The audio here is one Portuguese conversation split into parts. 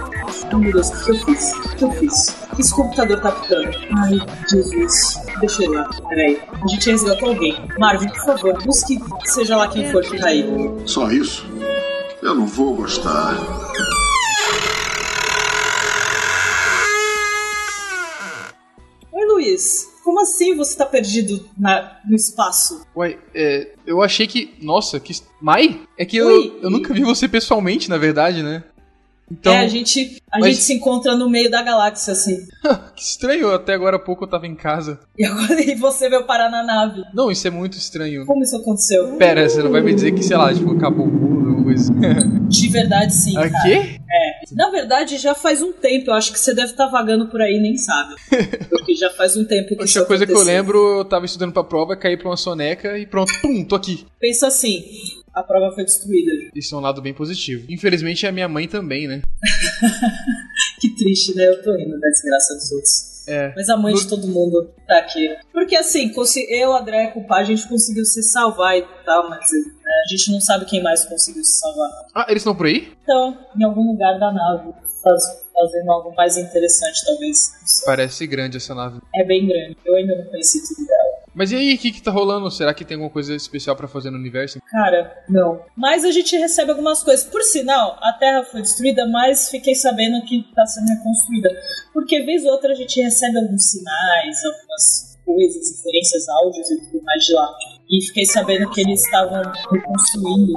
meu Deus, o que eu fiz? O que eu fiz? O que esse computador tá ficando? Ai, Jesus. Deixa eu lá. Peraí. A gente resgatou alguém. Marvin, por favor, busque seja lá quem for que tá aí. Só isso? Eu não vou gostar. Oi, Luiz. Como assim você tá perdido na- no espaço? Ué, é, eu achei que. Nossa, que. Mai? É que eu, Oi. eu nunca vi você pessoalmente, na verdade, né? Então, é, a gente, a mas- gente se encontra no meio da galáxia, assim. que estranho, até agora há pouco eu tava em casa. E agora e você veio parar na nave. Não, isso é muito estranho. Como isso aconteceu? Pera, você não vai me dizer que, sei lá, tipo, acabou o mundo ou coisa. assim. De verdade, sim. Ah, quê? Na verdade, já faz um tempo. Eu acho que você deve estar vagando por aí e nem sabe. Porque já faz um tempo A que isso única coisa que eu aconteceu. lembro, eu tava estudando pra prova, caí pra uma soneca e pronto, pum, tô aqui. Pensa assim, a prova foi destruída. Isso é um lado bem positivo. Infelizmente, é a minha mãe também, né? Que triste, né? Eu tô rindo da desgraça dos outros. É. Mas a mãe de todo mundo tá aqui. Porque assim, consi- eu, a André, o pai, a gente conseguiu se salvar e tal, mas né, a gente não sabe quem mais conseguiu se salvar. Ah, eles estão por aí? Então, em algum lugar da nave, faz- fazendo algo mais interessante, talvez. Não sei. Parece grande essa nave. É bem grande. Eu ainda não conheci tudo dela. Mas e aí, o que que tá rolando? Será que tem alguma coisa especial pra fazer no universo? Cara, não. Mas a gente recebe algumas coisas. Por sinal, a Terra foi destruída, mas fiquei sabendo que está sendo reconstruída. Porque vez ou outra a gente recebe alguns sinais, algumas coisas, referências, áudios e tudo mais de lá. E fiquei sabendo que eles estavam reconstruindo.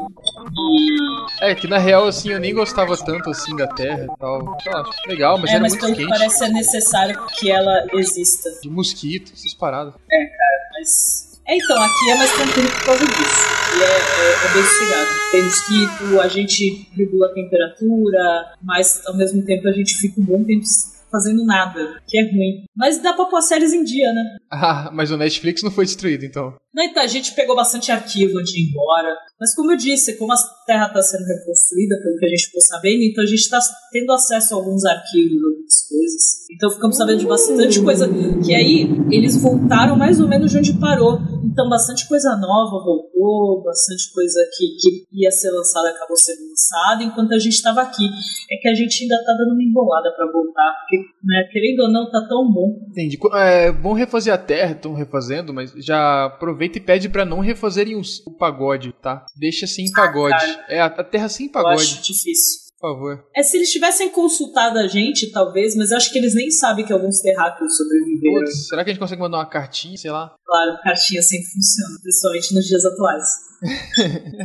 E... É, que na real, assim, eu nem gostava tanto, assim, da Terra e tal. Sei lá, legal, mas é, era mas muito pelo quente. que parece é necessário que ela exista. De mosquito, essas paradas. Mas. É, então, aqui é mais tranquilo por causa disso. E é, é, é bem sossegado. Tem mosquito, a gente regula a temperatura, mas ao mesmo tempo a gente fica um bom tempo fazendo nada, que é ruim. Mas dá pra pôr séries em dia, né? Ah, mas o Netflix não foi destruído, então. Não, então, a gente pegou bastante arquivo antes de ir embora. Mas como eu disse, como a Terra está sendo reconstruída, pelo que a gente ficou sabendo, então a gente está tendo acesso a alguns arquivos, algumas coisas. Então ficamos sabendo de bastante coisa. Que aí eles voltaram mais ou menos de onde parou. Então bastante coisa nova voltou, bastante coisa que, que ia ser lançada acabou sendo lançada, enquanto a gente estava aqui. É que a gente ainda está dando uma embolada para voltar, porque, né, querendo ou não, tá tão bom. Entendi. Qu- É bom refazer a Terra, estão refazendo, mas já aproveita e pede pra não refazerem os- o pagode, tá? Deixa sem pagode. É, a, a Terra sem Ah, Eu pagode, acho difícil. por favor. É se eles tivessem consultado a gente, talvez, mas acho que eles nem sabem que alguns terráqueos sobreviveram. Putz, será que a gente consegue mandar uma cartinha, sei lá? Claro, cartinha sempre funciona, principalmente nos dias atuais.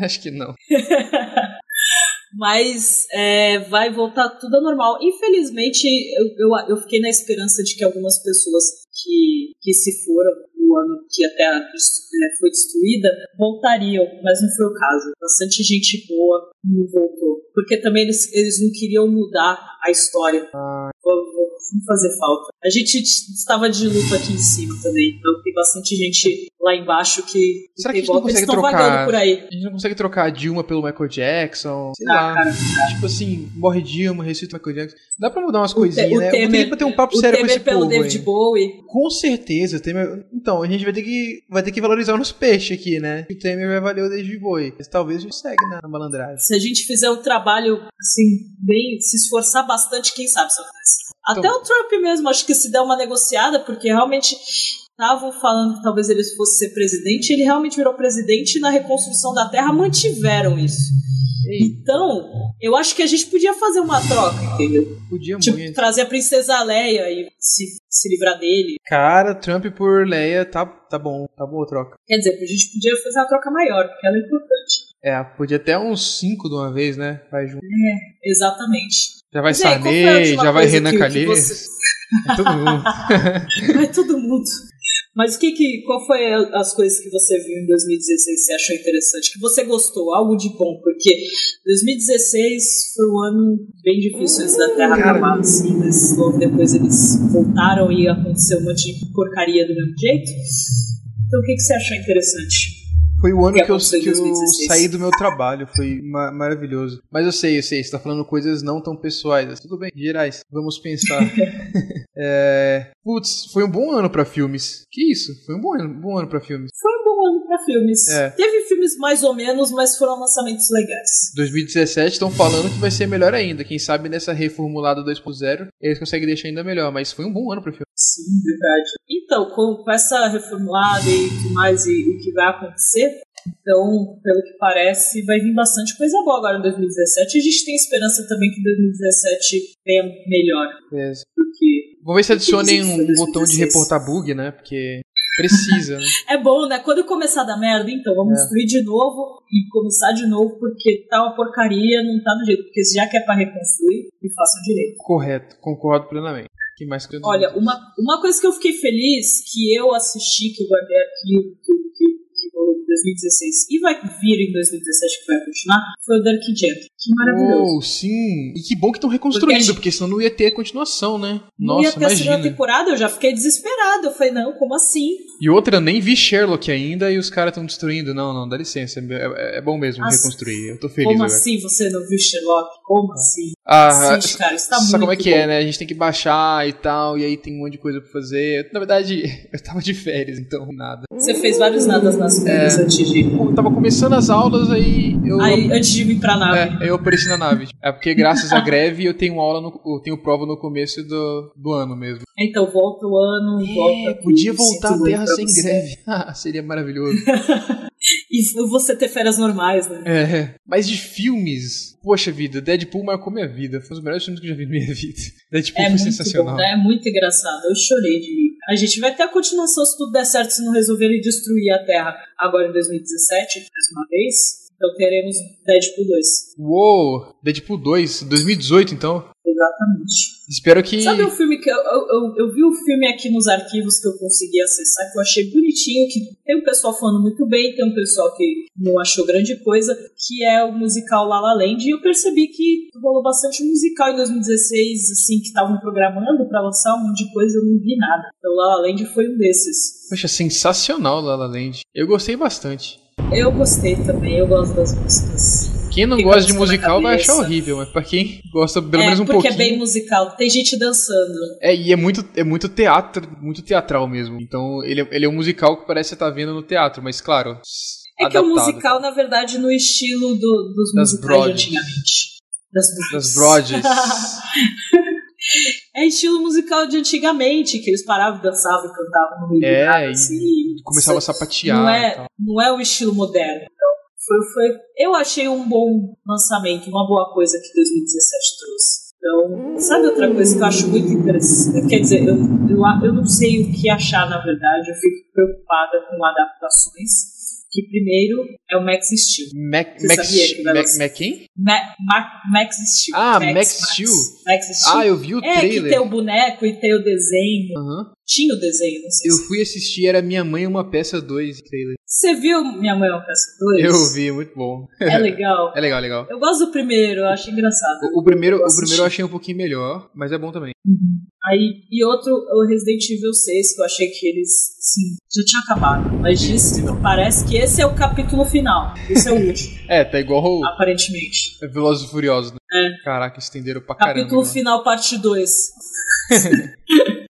Acho que não. Mas é, vai voltar tudo ao normal. Infelizmente, eu, eu, eu fiquei na esperança de que algumas pessoas que, que se foram no ano que a Terra dest- é, foi destruída voltariam, mas não foi o caso. Bastante gente boa não voltou. Porque também eles, eles não queriam mudar a história. Vou- vou- Não fazer falta. A gente t- estava de luta aqui em cima também, então tem bastante gente lá embaixo que, que Será tem que a gente não volta. Eles consegue estão trocar? vagando por aí. A gente não consegue trocar a Dilma pelo Michael Jackson, sei Ah, lá. cara. Tipo assim, morre Dilma, ressuscita o Michael Jackson. Dá pra mudar umas coisinhas, Te- o né? Temer- eu teria pra ter um papo O sério com esse Temer pelo povo David aí. Bowie. Com certeza, o Temer... Então, a gente vai ter que, vai ter que valorizar os peixes aqui, né? O Temer vai valer o David Bowie. Mas talvez a gente segue na, na malandragem. Se a gente fizer o trabalho, assim, bem, se esforçar bastante, quem sabe isso acontece. Até Então- o Trump mesmo, acho que se der uma negociada, porque realmente estavam falando que talvez ele fosse ser presidente, ele realmente virou presidente e na reconstrução da terra mantiveram isso. Então, eu acho que a gente podia fazer uma troca, entendeu? Podia Tipo, muito. trazer a princesa Leia e se, se livrar dele. Cara, Trump por Leia, tá, tá bom. Tá boa a troca. Quer dizer, a gente podia fazer uma troca maior, porque ela é importante. É, podia até uns cinco de uma vez, né? Vai junto. Exatamente. Já vai Mas e aí, qual foi a Sané, última já vai coisa Renan que- que Calheiros. você- É todo mundo. Vai todo mundo. Mas o que que, qual foi a- as coisas que você viu em 2016 que você achou interessante? Que você gostou? Algo de bom? Porque 2016 foi um ano bem difícil antes da Terra Cara. acabar, assim, mas logo depois eles voltaram e aconteceu um monte de porcaria do mesmo jeito. Então o que que você achou interessante? Foi o ano Que que eu, aconteceu em que eu 2016. saí do meu trabalho, foi ma- maravilhoso. Mas eu sei, eu sei, você tá falando coisas não tão pessoais, mas tudo bem, gerais, vamos pensar. é... Putz, foi um bom ano pra filmes. Que isso, foi um bom ano, bom ano pra filmes. Foi um bom ano pra filmes. É. Teve filmes filmes mais ou menos, mas foram lançamentos legais. 2017 estão falando que vai ser melhor ainda. Quem sabe nessa reformulada 2.0 eles conseguem deixar ainda melhor. Mas foi um bom ano pro filme. Sim, verdade. Então, com, com essa reformulada e tudo mais, e o que vai acontecer, então, pelo que parece, vai vir bastante coisa boa agora em 2017. A gente tem esperança também que 2017 venha melhor. Beleza. Porque Vamos ver O que se adicionem existe um pra botão de 2016? reportar bug, né? Porque precisa, né? é bom, né? Quando começar da merda, então vamos É. destruir de novo e começar de novo, porque tá uma porcaria, não tá do jeito. Porque já que é pra reconstruir, que façam direito. Correto, concordo plenamente. Que mais que eu Olha, uma, uma coisa que eu fiquei feliz, que eu assisti, que eu guardei arquivo, que, que, que rolou em 2016 e vai vir em 2017, que vai continuar, foi o Dark Jack. Que maravilhoso. Oh, sim. E que bom que estão reconstruindo, Porque a porque, gente- senão não ia ter continuação, né? Não ia Nossa, ter a segunda imagina. temporada, eu já fiquei desesperada. Eu falei, não, como assim? E outra, eu nem vi Sherlock ainda e os caras estão destruindo. Não, não, dá licença. É, é- é bom mesmo As- reconstruir. Eu tô feliz como agora. assim você não viu Sherlock? Como assim? Ah, Assiste, cara, está muito Sabe como é que bom. é, né? A gente tem que baixar e tal, e aí tem um monte de coisa pra fazer. Na verdade, eu tava de férias, então nada. Você fez vários nadas nas férias antes de... Eu tava começando as aulas, aí É. eu. Aí, antes de vir pra nave. É, eu apareci na nave. É porque graças à greve eu tenho aula no, eu tenho prova no começo do, do ano mesmo. Então volta o ano, volta... É, podia o voltar à cinturão Terra pra sem você. greve. Ah, seria maravilhoso. E você ter férias normais, né? É, mas de filmes, poxa vida, Deadpool marcou minha vida. Foi um dos melhores filmes que eu já vi na minha vida. Deadpool É foi muito sensacional. bom, né? É muito engraçado. Eu chorei de rir. A gente vai ter a continuação se tudo der certo, se não resolverem destruir a Terra agora em 2017, mais uma vez. Então teremos Deadpool 2. Uou, Deadpool 2, 2018 então. Exatamente. Espero que. Sabe o filme que eu, eu, eu- eu vi o filme aqui nos arquivos que eu consegui acessar, que eu achei bonitinho, que tem um pessoal falando muito bem, tem um pessoal que não achou grande coisa, que é o musical La La Land, e eu percebi que rolou bastante musical em 2016, assim, que estavam programando pra lançar um monte de coisa, eu não vi nada. Então La La Land foi um desses. Poxa, sensacional La La Land. Eu gostei bastante. Eu gostei também, eu gosto das músicas. Quem não Fica gosta de isso na musical vai cabeça. achar horrível, mas pra quem gosta pelo é, menos um porque pouquinho. é bem musical, tem gente dançando. É, e é muito, é muito teatro, muito teatral mesmo. Então, ele, é- ele é um musical que parece que você tá vendo no teatro, mas claro. É que é adaptado. um musical, na verdade, no estilo do- dos musicais Das de Broadways. antigamente. Das Broadways. Das Broadways. É estilo musical de antigamente, que eles paravam, dançavam e cantavam no meio do É, nada, e assim. Começava a Isso sapatear Não e é, tal. não é o estilo moderno. Então, foi, foi- eu achei um bom lançamento, uma boa coisa que 2017 trouxe. Então, sabe outra coisa que eu acho muito interessante? Quer dizer, eu, eu, a- eu não sei o que achar, na verdade. Eu fico preocupada com adaptações. Que primeiro é o Max Steel. Mac, Você Max, sabia que vai Mac, lançar? Mac quem? Ma- Ma- Max Steel. Ah, Max Steel. Max Steel. Ah, eu vi o é, que trailer. tem o boneco e tem o desenho. Aham. Tinha o desenho, não sei Eu se... fui assistir, era Minha Mãe Uma Peça 2 trailer. Você viu Minha Mãe é uma Peça 2? Eu vi, muito bom. É legal. É legal, legal. Eu gosto do primeiro, eu acho engraçado. O, o primeiro, Eu o primeiro eu assisti. achei um pouquinho melhor, mas é bom também. Aí, e outro, o Resident Evil 6, que eu achei que eles, sim, já tinha acabado. Mas disse que parece que esse é o capítulo final. Esse é o último, É, tá igual o aparentemente. Velozes e Furiosos, né? É. Caraca, estenderam pra Capítulo caramba. né? final, parte 2.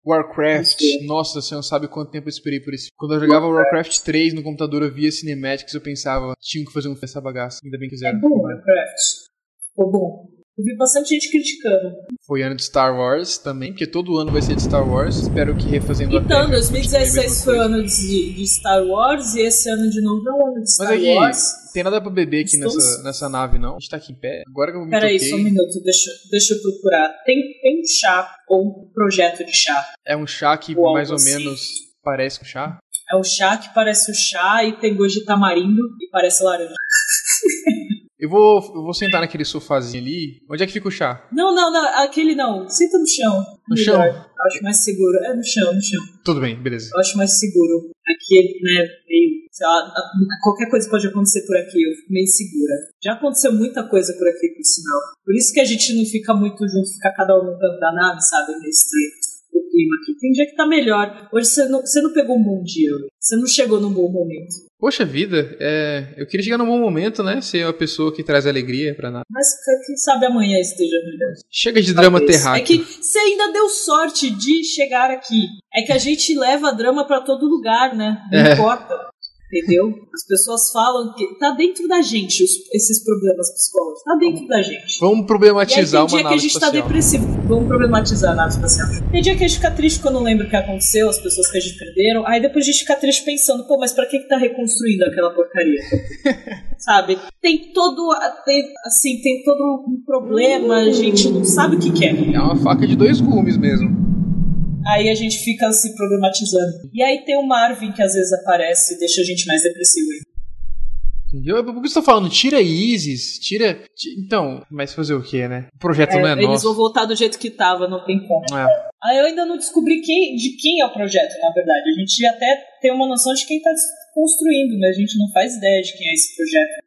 Warcraft, Gostei. nossa, você não sabe quanto tempo eu esperei por isso. Quando eu jogava Warcraft 3 no computador, eu via Cinematics, eu pensava, tinha que fazer um essa bagaça. Ainda bem que É fizeram. bom, Minecraft. Ficou bom. Eu vi bastante gente criticando. Foi ano de Star Wars também, porque todo ano vai ser de Star Wars. Espero que refazendo a Então, Terra continue a mesma 2016 foi o coisa. ano de, de Star Wars e esse ano de novo é o ano de Star Mas aqui, Wars. tem nada pra beber aqui Estamos- nessa, nessa nave, não. A gente tá aqui em pé. Agora que eu me Peraí, toquei, só um minuto, deixa, deixa eu procurar. Tem, tem um chá ou um projeto de chá. é um chá que Uau, mais ou assim. menos parece com chá. É um chá que parece o chá e tem gosto de tamarindo e parece laranja. Eu vou, eu vou sentar naquele sofazinho ali. Onde é que fica o chá? Não, não, não, aquele não. Senta no chão. No Melhor. chão? Eu acho mais seguro. É no chão, no chão. Tudo bem, beleza. Eu acho mais seguro. Aqui, né, meio, sei lá, a- qualquer coisa pode acontecer por aqui. Eu fico meio segura. Já aconteceu muita coisa por aqui, por sinal. Por isso que a gente não fica muito junto, fica cada um no canto da nave, sabe? Nesse o clima aqui. Tem dia que tá melhor. Hoje você não, você não pegou um bom dia. Você não chegou num bom momento. Poxa vida, é, eu queria chegar num bom momento, né? Ser uma pessoa que traz alegria pra nada. Mas quem sabe amanhã esteja melhor. Chega de drama Talvez. terráqueo. É que você ainda deu sorte de chegar aqui. É que a gente leva drama pra todo lugar, né? Não É. importa. Entendeu? As pessoas falam que tá dentro da gente os- esses problemas psicológicos. Tá dentro da gente. Vamos E aí problematizar tem uma dia que a nave gente tá espacial. depressivo. Vamos problematizar a nave espacial. Tem dia que a gente fica triste quando lembra o que aconteceu, as pessoas que a gente perderam. Aí depois a gente fica triste pensando, pô, mas pra que que tá reconstruindo aquela porcaria? sabe? Tem todo, a- tem, assim, tem todo um problema, a gente não sabe o que que é. É uma faca de dois gumes mesmo. Aí a gente fica se problematizando. E aí tem o Marvin que às vezes aparece e deixa a gente mais depressivo. Entendeu? Por que você tá falando? Tira Isis, tira. ti- Então, mas fazer o que, né? O projeto não é eles nosso. vão voltar do jeito que tava, não tem como. É. Aí eu ainda não descobri quem, de quem é o projeto, na verdade. A gente até tem uma noção de quem está construindo, mas a gente não faz ideia de quem é esse projeto.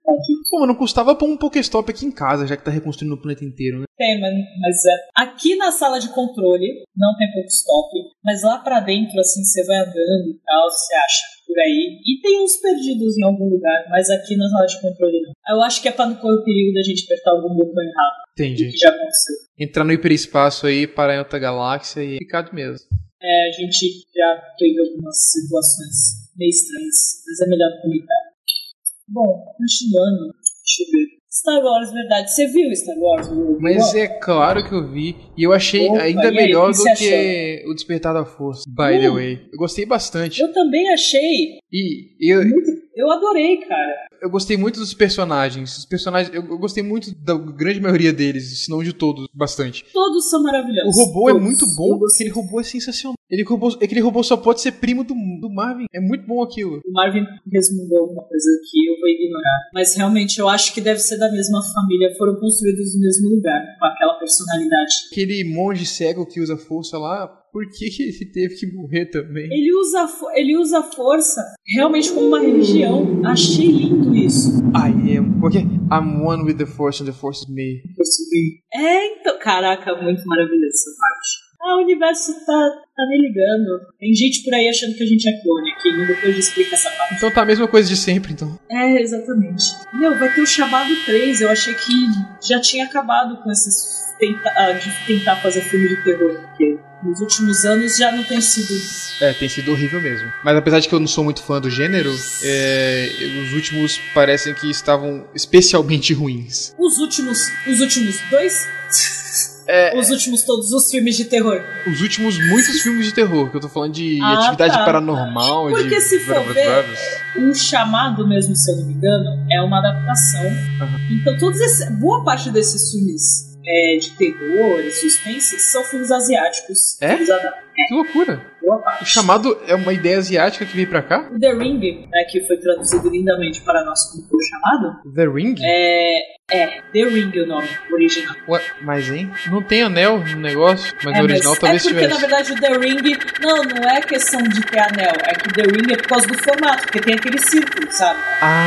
Pô, mas não custava pôr um Pokéstop aqui em casa, já que tá reconstruindo o planeta inteiro, né? Tem, mas, mas é. Aqui na sala de controle não tem pouco stop, mas lá pra dentro, assim, você vai andando e tal, você acha por aí. E tem uns perdidos em algum lugar, mas aqui na sala de controle não. Eu acho que é pra não correr o perigo da gente apertar algum botão errado, Entendi. que já aconteceu. Entrar no hiperespaço aí, parar em outra galáxia e ficar mesmo. É, a gente já teve algumas situações meio estranhas, mas é melhor comentar. Bom, continuando, deixa eu ver. Star Wars, verdade. Você viu Star Wars? o Mas Obi-Wan? é claro que eu vi. E eu achei Opa, e ainda aí, melhor o que do você que o Despertar da Força. By the Hum. way. Eu gostei bastante. Eu também achei. E eu, Eu adorei, cara. eu gostei muito dos personagens. Os personagens. Eu, eu gostei muito da grande maioria deles, se não de todos, bastante. Todos são maravilhosos. O robô é Todos. muito Eu bom, gostei. aquele robô é sensacional. Ele robô, aquele robô só pode ser primo do, do Marvin. É muito bom aquilo. O Marvin resmungou uma coisa que eu vou ignorar. Mas realmente eu acho que deve ser da mesma família. Foram construídos no mesmo lugar, com aquela personalidade. Aquele monge cego que usa força lá, por que, que ele teve que morrer também? Ele usa, a fo- ele usa a força realmente como uma religião. Achei lindo isso. I am. Porque é, I'm one with the force and the force is me. É, então. Caraca, muito maravilhosa essa parte. Ah, o universo tá, tá me ligando. Tem gente por aí achando que a gente é clone aqui, né? depois de explicar essa parte. Então tá a mesma coisa de sempre, então. É, exatamente. Meu, vai ter o chamado 3. Eu achei que já tinha acabado com esses. Tenta, ah, de tentar fazer filme de terror. Porque nos últimos anos já não tem sido É, tem sido horrível mesmo. Mas apesar de que eu não sou muito fã do gênero, é, os últimos parecem que estavam especialmente ruins. Os últimos, os últimos dois? Os últimos todos os filmes de terror. Os últimos muitos filmes de terror, que eu tô falando de Ah, atividade tá. paranormal, Porque de. se for blá, blá, ver- blá, blá. O chamado mesmo, se eu não me engano, é uma adaptação. Então todos esses, boa parte desses filmes é, de terror e suspense são filmes asiáticos. É? Filmes adaptados, Que loucura! boa parte. O chamado é uma ideia asiática que veio pra cá? O The Ring, né, que foi traduzido lindamente para nós como foi chamado, The Ring? é, é The Ring o nome original. Ué, mas hein? Não tem anel no negócio, mas é, o original mas talvez é porque tivesse. na verdade o The Ring não, não é questão de ter anel, é que The Ring é por causa do formato, porque tem aquele círculo, sabe?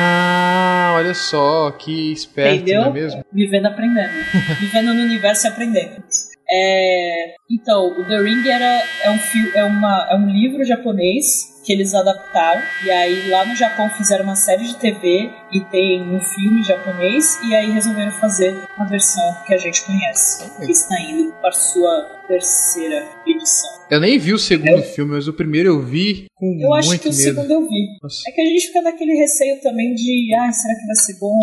Ah, olha só, que esperto, Entendeu? não é mesmo? Vivendo aprendendo. Vivendo no universo e aprendendo. É, então, o The Ring era, é, um fi- é, uma, é um livro japonês que eles adaptaram. E aí lá no Japão fizeram uma série de TV e tem um filme japonês. E aí resolveram fazer a versão que a gente conhece. Que está indo para sua terceira edição. Eu nem vi o segundo filme, mas o primeiro eu vi com Eu muito acho que o medo. segundo eu vi. Nossa. É que a gente fica naquele receio também de, ah, será que vai ser bom?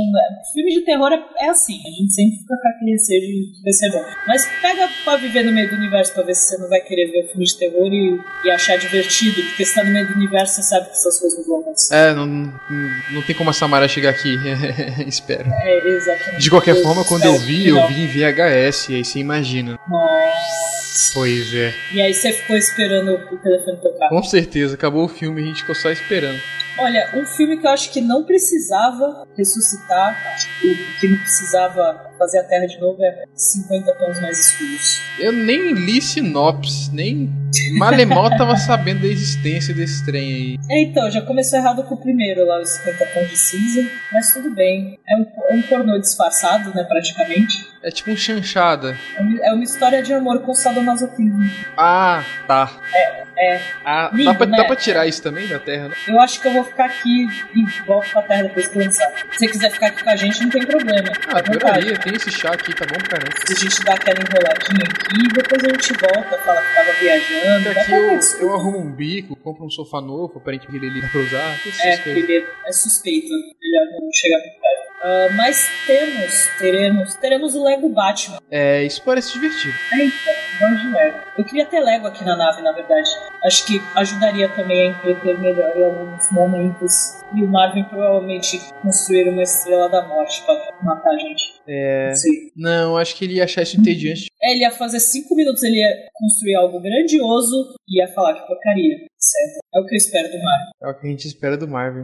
Filme de terror é, é assim, a gente sempre fica com aquele receio de vai ser bom. Mas pega pra viver no meio do universo pra ver se você não vai querer ver um filme de terror e, e achar divertido, porque se tá no meio do universo você sabe que essas coisas não vão acontecer. É, não, não tem como a Samara chegar aqui. Espero. É, exatamente. De qualquer forma, quando eu vi, eu Não. vi em VHS, e aí você imagina. Nossa. Pois é. E aí você ficou esperando o telefone tocar. Com certeza, acabou o filme e a gente ficou só esperando. Olha, um filme que eu acho que não precisava ressuscitar, o que não precisava fazer a Terra de novo é 50 tons mais escuros. Eu nem li sinopse, nem Malemal tava sabendo da existência desse trem aí. É, então, já começou errado com o primeiro lá, os 50 tons de cinza, mas tudo bem. É um, é um pornô disfarçado, né, praticamente. É tipo um chanchada. É, um- é uma história de amor com sadomasoquismo. Ah, tá. É. Ah, Lindo, dá, pra, né? dá pra tirar isso também da Terra, né? Eu acho que eu vou ficar aqui e volto pra terra depois que lançar. Se você quiser ficar aqui com a gente, não tem problema. Ah, Fica à vontade. adoraria, tem esse chá aqui, tá bom pra caramba. A gente dá aquela enroladinha aqui e depois a gente volta, fala que tava viajando. Aqui dá pra eu, isso. eu arrumo um bico, compro um sofá novo, aparentemente ele dá pra usar, todas É, essas porque coisas. ele é suspeito. Melhor não chegar muito perto. Ah, mas temos, teremos, teremos o Lego Batman. É, isso parece divertido. Gosto de Lego. É Eu queria ter Lego aqui na nave, na verdade. Acho que ajudaria também a entreter melhor em alguns momentos. E o Marvin provavelmente construir uma estrela da morte pra matar a gente. É. Não sei. Não, acho que ele ia achar isso entediante. É, Ele ia fazer cinco minutos, ele ia construir algo grandioso e ia falar que porcaria. Certo? É o que eu espero do Marvin. É o que a gente espera do Marvel.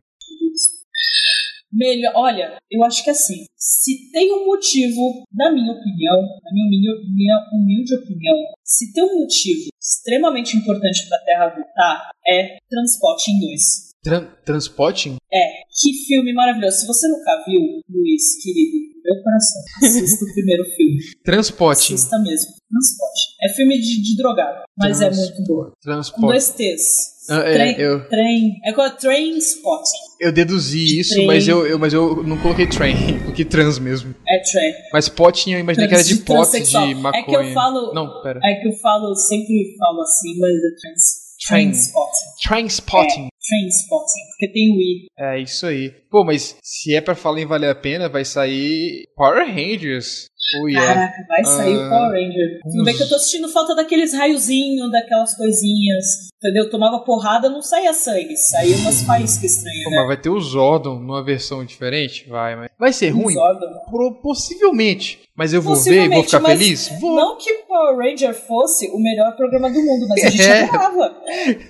Melhor, olha, eu acho que assim, se tem um motivo, na minha opinião, na minha, humilde- minha humilde opinião, se tem um motivo extremamente importante para a Terra voltar, é transporte em dois. Tran transporting? É, que filme maravilhoso. Se você nunca viu, Luiz, querido, meu coração, assista o primeiro filme. Transporting. Assista mesmo. Transporte. É filme de, de drogado, mas é muito bom. Com Transporting. dois T's. Ah, é, Trem- eu- trem- é com a train spotting. Eu deduzi isso, Trem. mas eu, eu- mas eu não coloquei train, coloquei trans mesmo. É train. Mas potting eu imaginei que era de Trans- pot, transexual. de maconha. É que eu falo- Não, pera. É que eu falo, sempre falo assim, mas é trans, Train. transpotting. Transporting. Train spotting, porque tem o I. É. isso aí. Pô, mas se é pra falar em valer a pena, vai sair Power Rangers. Oh yeah. Caraca, vai sair o Ah. Power Ranger. Tudo bem que eu tô sentindo falta daqueles raiozinhos, daquelas coisinhas. Entendeu? Eu Tomava porrada, não saía sangue. Saía Hum. umas faíscas estranhas, Pô, né? mas vai ter o Zordon numa versão diferente? Vai, mas. Vai ser é ruim? Desordem. Pro- possivelmente. Mas eu vou ver e vou ficar Possivelmente, feliz? mas Vou. Não que Power Ranger fosse o melhor programa do mundo, mas a gente É. adorava.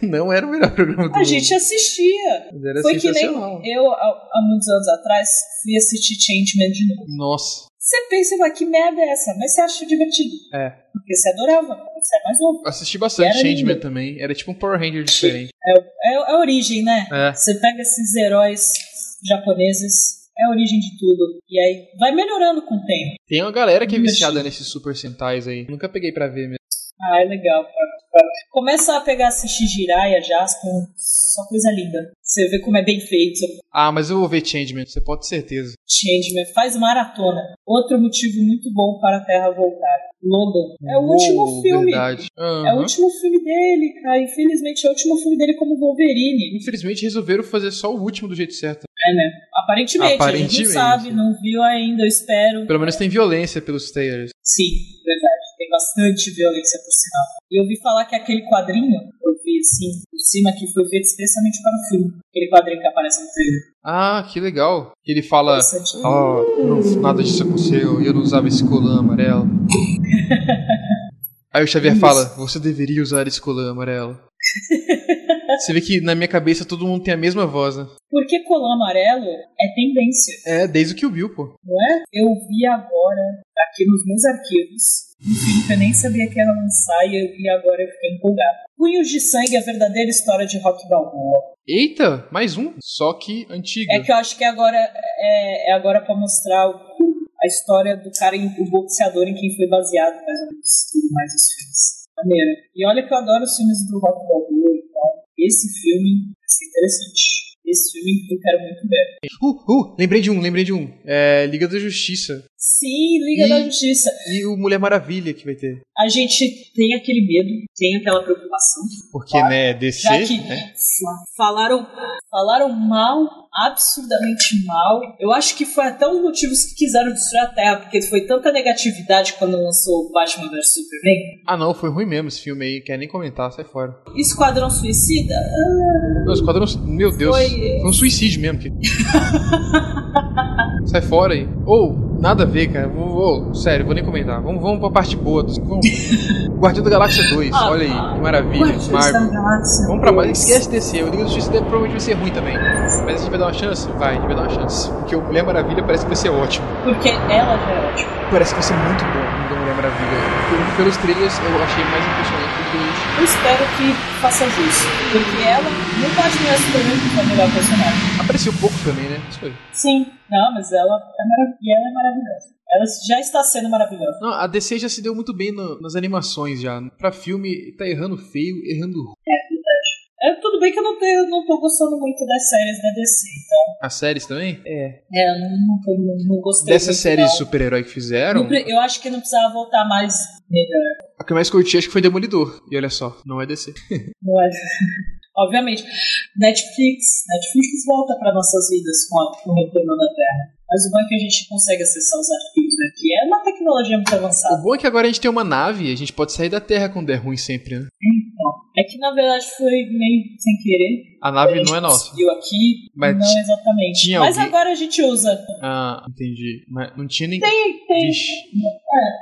Não era o melhor programa do A mundo. gente assistia. Mas era Foi que nem sensacional. eu, há há muitos anos atrás, fui assistir Changeman de novo. Nossa. Você pensa, mas que merda é essa? Mas você acha divertido. É. Porque você adorava. Você é mais novo. Assisti bastante Era Changeman lindo. também. Era tipo um Power Ranger diferente. É, é a origem, né? É. Você pega esses heróis japoneses, é a origem de tudo. E aí vai melhorando com o tempo. Tem uma galera que é Mas- viciada nesses Super Sentais aí. Nunca peguei pra ver mesmo. Ah, é legal. cara. Cara, Começa a pegar, assistir Jiraiya, Jaspion, só coisa linda. Você vê como é bem feito. Ah, mas eu vou ver Changeman, você pode ter certeza. Changeman faz maratona. Outro motivo muito bom para a Terra voltar. Logan. É o Uou, último filme. Verdade. É o Aham. último filme dele, cara. Infelizmente, é o último filme dele como Wolverine. Infelizmente resolveram fazer só o último do jeito certo. É, né? Aparentemente, a gente Aparentemente. não sabe, não viu ainda, eu espero. Pelo menos tem violência pelos trailers. Sim, verdade. Tem bastante violência, por sinal. E eu ouvi falar que aquele quadrinho, eu vi assim, por cima, que foi feito especialmente para o filme. Aquele quadrinho que aparece no trailer. Ah, que legal. Ele fala, Interessante. ó, não- nada disso aconteceu, eu não usava esse colã amarelo. Aí o Xavier Isso. fala, você deveria usar esse colã amarelo. Você vê que na minha cabeça todo mundo tem a mesma voz, né? Porque colã amarelo é tendência. É, desde o Kill Bill, pô. não é? Eu vi agora, aqui nos meus arquivos, um filme que eu nem sabia que era lançar e eu vi agora eu fiquei empolgado. Punhos de Sangue, a verdadeira história de Rock Balboa. Eita, mais um, só que antigo. É que eu acho que agora é, é agora para mostrar o- a história do cara, em- o boxeador em quem foi baseado, mais ou menos, tudo mais os filmes. Maneiro. E olha que eu adoro os filmes do Rock Balboa e tal. Esse filme vai ser interessante. Esse filme eu quero muito ver. Uh, uh, lembrei de um, lembrei de um. É, Liga da Justiça. Sim, Liga da Ih. Justiça. E o Mulher Maravilha que vai ter. A gente tem aquele medo, tem aquela preocupação. Porque, né, DC, já que né? falaram, falaram mal, absurdamente mal. Eu acho que foi até um dos motivos que quiseram destruir a Terra, porque foi tanta negatividade quando lançou o Batman vs Superman. Ah não, foi ruim mesmo esse filme aí, quer nem comentar, sai fora. Esquadrão Suicida? Ah, Meu, Esquadrão... Meu Deus, Foi- foi um suicídio mesmo. Que... sai fora aí. Ou, nada a ver, cara. Vou, vou- sério, vou nem comentar. Vamos, vamos pra parte boa. dos- Vamos. Guardião da Galáxia 2, Ah, olha aí, que maravilha. Guardiões da Marvel. Galáxia. Vamos pra mais. dois. Esquece DC, o Liga da Justiça deve- provavelmente vai ser ruim também. Mas a gente vai dar uma chance? Vai, a gente vai dar uma chance. Porque o Mulher Maravilha parece que vai ser ótimo. Porque ela já é ótima. Parece que vai ser muito bom o Mulher Maravilha. Pelos trailers eu achei mais impressionante do que Eu espero que faça justo. Porque ela não pode virar Superman que foi o melhor personagem. apareceu pouco também, né? Isso aí. Sim. Não, mas ela é, marav- e ela é maravilhosa. Ela já está sendo maravilhosa. Não, a DC já se deu muito bem no- nas animações já. Pra filme tá errando feio, errando ruim. É, tudo bem que eu não, tenho, não tô gostando muito das séries da DC, então. As séries também? É. É, eu não, não, tô- não- não gostei. Dessas muito, séries não. de super-herói que fizeram, Não pre- Eu acho que não precisava voltar mais melhor. a que eu mais curti acho que foi Demolidor. E olha só, não é DC. Não é? Obviamente. Netflix. Netflix volta para nossas vidas com, a, com o retorno da Terra. Mas o bom é que a gente consegue acessar os arquivos aqui. É uma tecnologia muito avançada. O bom é que agora a gente tem uma nave e a gente pode sair da Terra quando der ruim sempre, né? Então, é que na verdade foi meio sem querer. A a nave gente não é nossa. conseguiu aqui. Mas não ti- exatamente. tinha Mas alguém- agora a gente usa. Ah, entendi. Mas não tinha nem. Tem, tem. É. Vixe.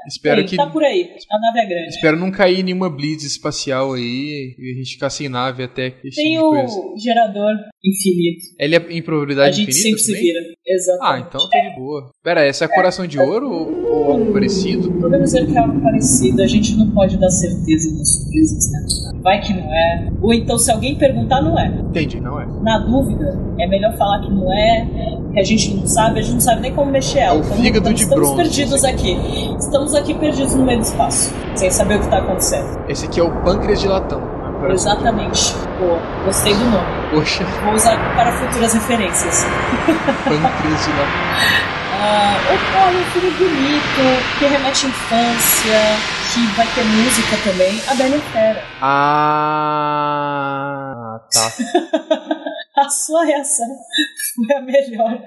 Espero tem, que. Tá por aí. A nave é grande. Espero não cair nenhuma blitz espacial aí e a gente ficar sem nave até que esse Tem tipo de coisa. o gerador infinito. Ele é em A probabilidade gente infinita sempre se também? vira. Ah, Exatamente. então tá de boa. Pera, essa é coração de ouro ou, ou algo parecido? Podemos dizer que é algo parecido, a gente não pode dar certeza das surpresas, né? Vai que não é. Ou então, se alguém perguntar, não é. Entendi, não é. Na dúvida, é melhor falar que não é, que a gente não sabe, a gente não sabe nem como mexer ela. Então, É o fígado estamos, de estamos bronze. perdidos aqui. Estamos aqui perdidos no meio do espaço, sem saber o que está acontecendo. Esse aqui é o pâncreas de latão. Agora, Exatamente. Boa, gostei do nome. Poxa, Vou usar para futuras referências. pâncreas de latão. Ah, oh, olha, um filme bonito, que remete à infância, que vai ter música também. A Bela e a Fera. Ah, tá. A sua reação foi a melhor.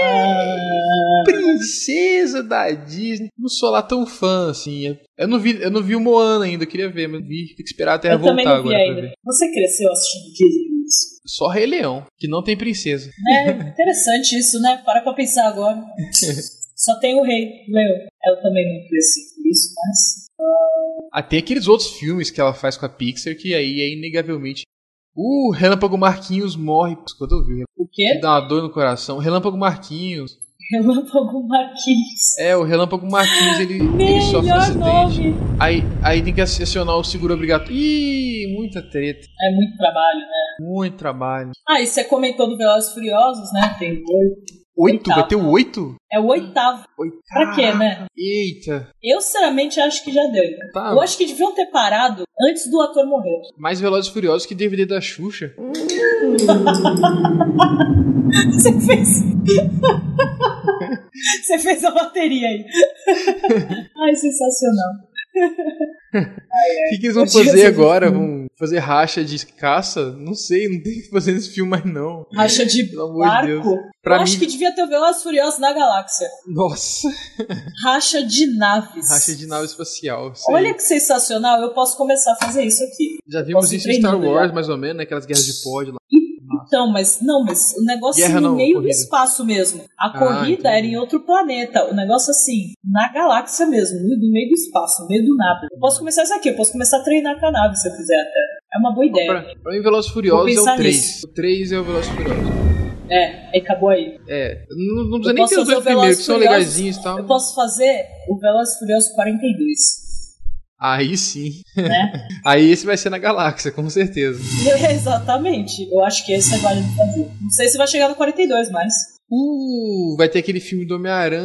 ah, Princesa da Disney. Não sou lá tão fã, assim. Eu- Eu não vi, eu não vi o Moana ainda, eu queria ver, mas vi. Tem que esperar até eu também voltar não vi agora pra ainda. ver. Você cresceu assistindo Disney? isso? Só Rei Leão, que não tem princesa. É interessante isso, né? Para pra pensar agora. Só tem o rei, Leo. Eu também não cresci por isso, mas. Ah, tem aqueles outros filmes que ela faz com a Pixar que aí é inegavelmente. O Relâmpago Marquinhos morre. Putz, Quando eu vi, O quê? dá uma dor no coração. O Relâmpago Marquinhos. Relâmpago Marquinhos. É, o Relâmpago Marquinhos ele, ele sofre um Melhor acidente. nome. Aí, aí tem que acionar o seguro obrigatório. Ih, muita treta, É muito trabalho, né? muito trabalho. Ah, e você comentou do Velozes e Furiosos, né? Tem oito. Oito? Oitavo. Vai ter oito? É o oitavo. Oitavo. Pra quê, né? Eita, Eu, sinceramente, acho que já deu. tá. Eu acho que deviam ter parado antes do ator morrer. Mais Velozes e Furiosos que DVD da Xuxa. Você fez. Você fez a bateria aí. Ai, sensacional. O que, que eles vão É, Eu assim, tinha fazer assistido. agora? Vão fazer racha de caça? Não sei, não tem o que fazer nesse filme mais não. Racha de Pelo amor de Deus. barco. Pra Eu mim- acho que devia ter o Velozes e Furiosos na galáxia. Nossa, Racha de naves. racha de nave espacial. isso aí. Olha que sensacional, eu posso começar a fazer isso aqui. Já vimos posso isso em Star treinar, Wars, mais ou menos, né? aquelas guerras É. de pod lá. Então, mas não, mas o negócio Guerra no não, meio do corrida. espaço mesmo. A Ah, corrida era entendi. em outro planeta. O negócio assim, na galáxia mesmo, no no meio do espaço, no meio do nada. Eu posso começar isso aqui, eu posso começar a treinar com a nave se eu quiser até. É uma boa ideia. Pra, pra mim, Velozes Vou e Furiosos é pensar o 3. nisso. O 3 é o Velozes e Furiosos. É, aí acabou aí. É, não, não Eu precisa nem posso ter os fazer dois o Velozes primeiros, que são Furiosos. legaisinhos e Eu tal. posso fazer o Velozes e Furiosos 42. Aí sim. Né? Aí esse vai ser na galáxia, com certeza. Exatamente. Eu acho que esse é válido fazer. Não sei se vai chegar no 42, mas. Uh, vai ter aquele filme do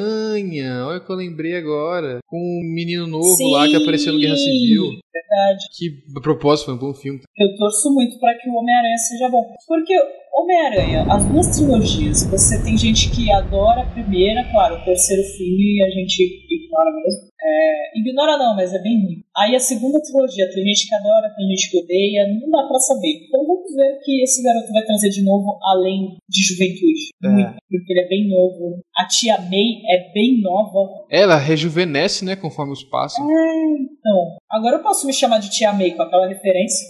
Homem-Aranha. Olha o que eu lembrei agora. Com um menino novo lá que Sim. apareceu no Guerra Civil. é Verdade. Que, a propósito, foi um bom filme. Eu torço muito pra que o Homem-Aranha seja bom. Porque Homem-Aranha, as duas trilogias, você tem gente que adora a primeira, claro, o terceiro filme a gente ignora mesmo. É, ignora não, mas é bem ruim. Aí a segunda trilogia, tem gente que adora, tem gente que odeia, não dá pra saber. Então vamos ver o que esse garoto vai trazer de novo, além de juventude. É. Muito, porque ele é bem novo. A tia May é bem nova. É, Ela rejuvenesce, né? Conforme os passos. Então, agora eu posso me chamar de Tia May com aquela referência.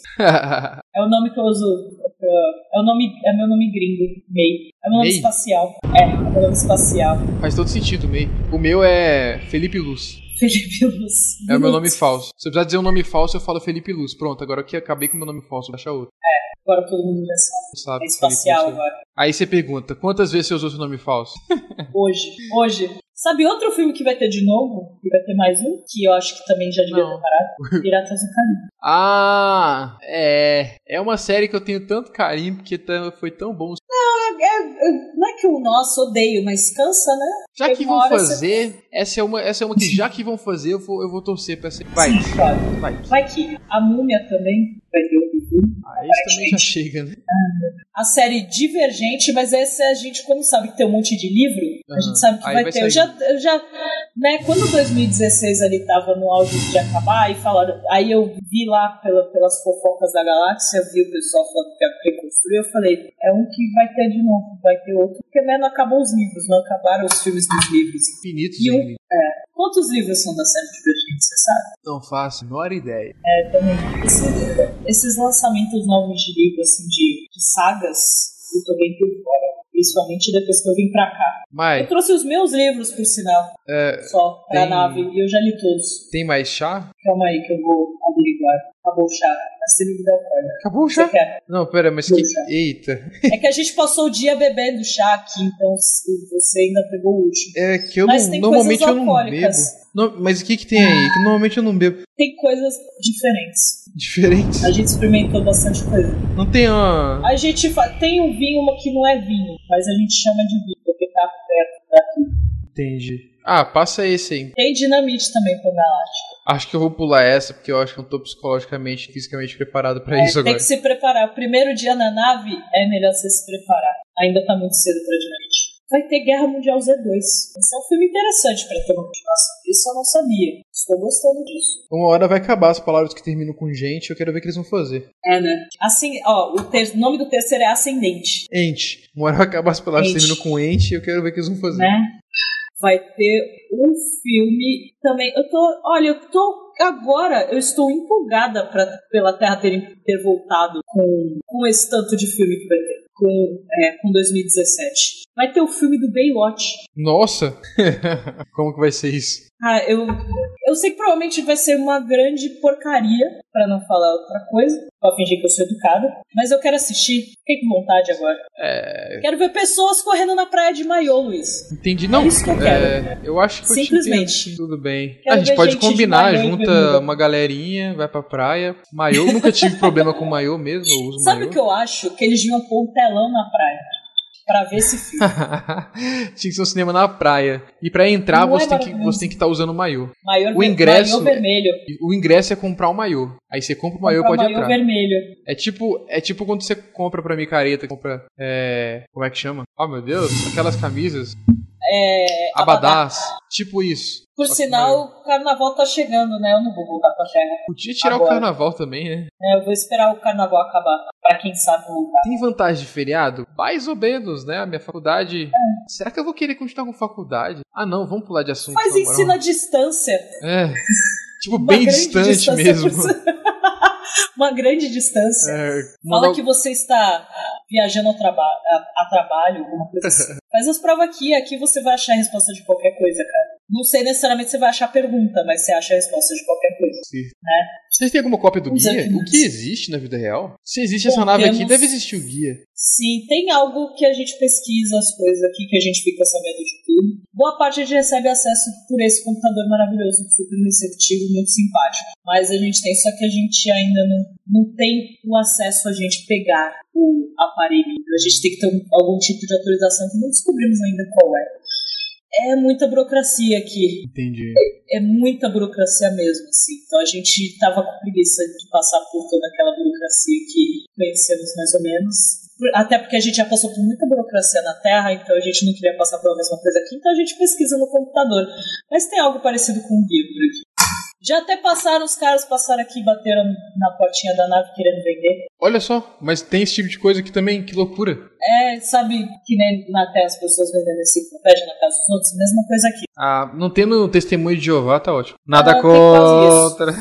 É o nome que eu uso. pra- É, o nome, é meu nome gringo, May. É meu nome May? espacial. É, é meu nome espacial. Faz todo sentido, meio. O meu é Felipe Luz. Felipe Luz. É o meu nome falso. Se eu precisar dizer um nome falso, eu falo Felipe Luz. Pronto, agora que eu acabei com o meu nome falso, vou achar outro. Agora todo mundo já sabe. Não sabe. É Felipe espacial Luz. né? agora. Aí você pergunta, quantas vezes você usou seu nome falso? Hoje. Hoje. Sabe outro filme que vai ter de novo? Que vai ter mais um? Que eu acho que também já devia Não. ter parado. Piratas do Caribe. Ah, é. É uma série que eu tenho tanto carinho porque tá- foi tão bom. Ah, é- é- não é que o nosso odeio, mas cansa, né? Já Tem que uma vão hora fazer, essa é uma, essa é uma que já que vão fazer, eu vou, eu vou torcer pra ser. Vai, Sim, claro. vai. Vai que a múmia também vai ter outro filme. Ah, esse também já chega, né? A série Divergente, mas essa a gente, como sabe que tem um monte de livro, a Aham. gente sabe que Aí vai, vai ter. Eu já, sair. eu já. Né, quando 2016 ali tava no áudio de acabar e falaram. Aí eu vi lá pela, pelas fofocas da galáxia, vi o pessoal falando que ia reconstruir, eu falei, é um que vai ter de novo, vai ter outro, porque né, não acabou os livros, não acabaram os filmes dos livros. Infinitos, E um- hein? Quantos livros são da série Divergente, você sabe? Não faço a menor ideia. Esse- esses lançamentos novos de livro, assim, de, de sagas, eu tô bem por fora. Principalmente depois que eu vim pra cá. Eu Mas, trouxe os meus livros, por sinal, é, só pra Tem- nave, e eu já li todos. tem mais chá? Calma aí que eu vou averiguar. Acabou o chá. Vai ser livro da corda. Acabou o Você chá? quer? Não, pera, mas que. Tem chá. Eita. É que a gente passou o dia bebendo chá aqui, então se você ainda pegou o último. É que eu Mas não- tem normalmente coisas eu não bebo. alcoólicas. Não, mas o que que tem aí? Que normalmente eu não bebo. Tem coisas diferentes. Diferente. A gente experimentou bastante coisa. Não tem uma. A gente fa- tem um vinho, uma que não é vinho, mas a gente chama de vinho, porque tá perto daqui. Entendi. Ah, passa esse aí. Tem dinamite também é pro galáctico. Acho que eu vou pular essa, porque eu acho que eu não tô psicologicamente, fisicamente preparado pra isso É, tem agora. que se preparar. Primeiro dia na nave é melhor você se preparar. Ainda tá muito cedo pra dinamite. Vai ter Guerra Mundial Z2. Esse é um filme interessante pra ter uma continuação. Isso eu não sabia. Estou gostando disso. Uma hora vai acabar as palavras que terminam com gente, eu quero ver o que eles vão fazer. É, né? Assim, ó, o ter- nome do terceiro é Ascendente, Ente. Uma hora vai acabar as palavras que Ente. terminam com ente, eu quero ver o que eles vão fazer. né? Vai ter um filme também. Eu tô, olha, eu tô agora, eu estou empolgada pra, pela Terra ter, ter voltado com, com esse tanto de filme que vai ter, com, é, com 2017. Vai ter o filme do Baywatch. Nossa! Como que vai ser isso? Ah, eu, eu sei que provavelmente vai ser uma grande porcaria, pra não falar outra coisa, pra fingir que eu sou educada, mas eu quero assistir. Fiquei com vontade agora. Quero ver pessoas correndo na praia de Maiô, Luiz. Entendi. Não, É isso que eu quero. é, eu acho que eu te Simplesmente. entendo. Tudo bem. Quero a gente ver pode gente de combinar, maiô e junta bermuda. uma galerinha, vai pra praia. Maiô, nunca tive problema com maiô mesmo, eu uso Sabe maiô. o que eu acho? Que eles deviam pôr um telão na praia pra ver esse filme. Tinha que ser um cinema na praia. E pra entrar, Não é você tem, que, maravilhoso? você tem que estar usando maiô. Maior O ingresso maior vermelho. E O ingresso é comprar o maiô. Aí você compra o maiô e Comprar pode maior entrar. vermelho. É tipo, é tipo quando você compra pra micareta, compra. É, como é que chama? Oh meu Deus, aquelas camisas. É, Abadás. Tipo isso. Por Só que maiô. sinal, o carnaval tá chegando, né? Eu não vou voltar pra terra. Podia tirar o agora. carnaval também, né? É, eu vou esperar o carnaval acabar. Pra quem sabe voltar. Tem vantagem de feriado? Mais ou menos, né? A minha faculdade. Será que eu vou querer continuar com faculdade? Ah, não, vamos pular de assunto. Mas na moral. ensina à distância. É. Tipo, Uma bem grande distante distância mesmo. por- Uma grande distância. É, mandar Fala o- que você está ah, viajando ao traba a, a trabalho, alguma coisa assim. Faz as provas aqui, aqui você vai achar a resposta de qualquer coisa, cara. Não sei necessariamente se você vai achar a pergunta, mas você acha a resposta de qualquer coisa. Vocês têm alguma cópia do Os guia? O documentos. que existe na vida real? Se existe essa Bom, nave aqui, temos- deve existir o guia. Sim, tem algo que a gente pesquisa as coisas aqui, que a gente fica sabendo de tudo. Boa parte a gente recebe acesso por esse computador maravilhoso, super receptivo, muito simpático. Mas a gente tem, só que a gente ainda não, não tem o acesso a gente pegar o aparelho. A gente tem que ter um- algum tipo de autorização que não descobrimos ainda qual é. É muita burocracia aqui Entendi. é muita burocracia mesmo, assim. Então a gente tava com preguiça de passar por toda aquela burocracia que conhecemos mais ou menos. Por- Até porque a gente já passou por muita burocracia na Terra, então a gente não queria passar pela mesma coisa aqui, então a gente pesquisa no computador. Mas tem algo parecido com o guia por aqui. Já até passaram, os caras passaram aqui e bateram na portinha da nave querendo vender. Olha só, mas tem esse tipo de coisa aqui também, que loucura. É, sabe que nem na Terra as pessoas vendendo enciclopédia na casa dos outros, mesma coisa aqui. Ah, não tendo testemunho de Jeová, tá ótimo. Nada Ah, tem quase contra.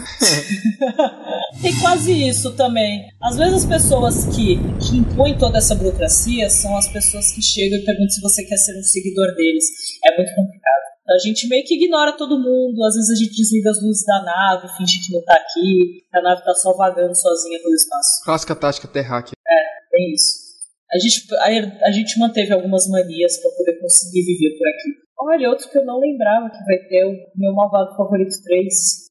Tem quase isso também. Às vezes as pessoas que, que impõem toda essa burocracia são as pessoas que chegam e perguntam se você quer ser um seguidor deles. É muito complicado. A gente meio que ignora todo mundo, às vezes a gente desliga as luzes da nave, finge que não tá aqui, a nave tá só vagando sozinha pelo espaço. Clássica tática terráquea. É isso. A gente, a, a gente manteve algumas manias pra poder conseguir viver por aqui. Olha, outro que eu não lembrava que vai ter, o meu malvado favorito 3.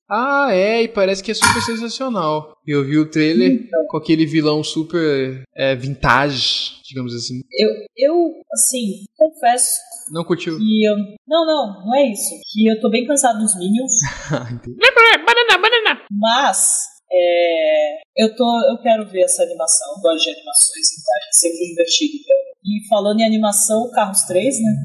Ah, é, e parece que é super sensacional. Eu vi o trailer Então. com aquele vilão super é, vintage, digamos assim. Eu, eu, assim, confesso Não curtiu? que eu. Não, não, não é isso. Que eu tô bem cansado dos Minions, Ah, entendi. mas. é, eu, tô, eu quero ver essa animação, gosto de animações, então é sempre divertido. ver. E falando em animação, Carros 3, né?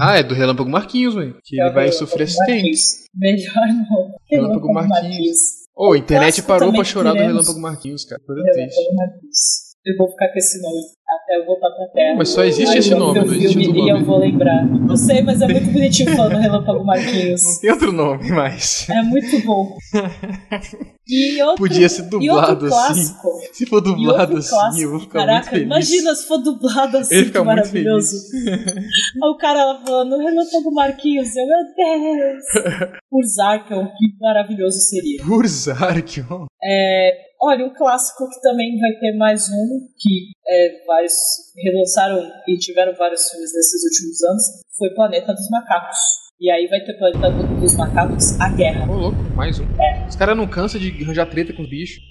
ah, é do Relâmpago Marquinhos, velho. Que ele É Relâmpago vai sofrer acidente. Marquinhos. Melhor não. Relâmpago Marquinhos. Ô, a internet Clássico parou também pra chorar do tivemos. Relâmpago Marquinhos, cara. Coisa triste. Relâmpago Marquinhos. Eu vou ficar com esse nome até eu voltar pra terra. Mas só existe Aí esse eu nome, vi o não existe filme outro E eu nome. vou lembrar. Não sei, mas é muito bonitinho falando Relâmpago Marquinhos. Não tem outro nome mais. É muito bom. E outro, Podia ser e outro dublado assim. clássico. Se E for outro dublado assim, eu clássico. vou ficar muito Caraca, feliz. imagina se for dublado assim, Eu ia que ficar muito maravilhoso. Aí o cara lá falando, Relâmpago Marquinhos, eu, meu Deus. Por Zarkon, que maravilhoso seria. Por Zarkion. Olha, um clássico que também vai ter mais um, que é, vários relançaram e tiveram vários filmes nesses últimos anos, foi Planeta dos Macacos. E aí vai ter Planeta do- dos Macacos, a guerra. Ô, louco, mais um. Os caras não cansam de arranjar treta com os bichos.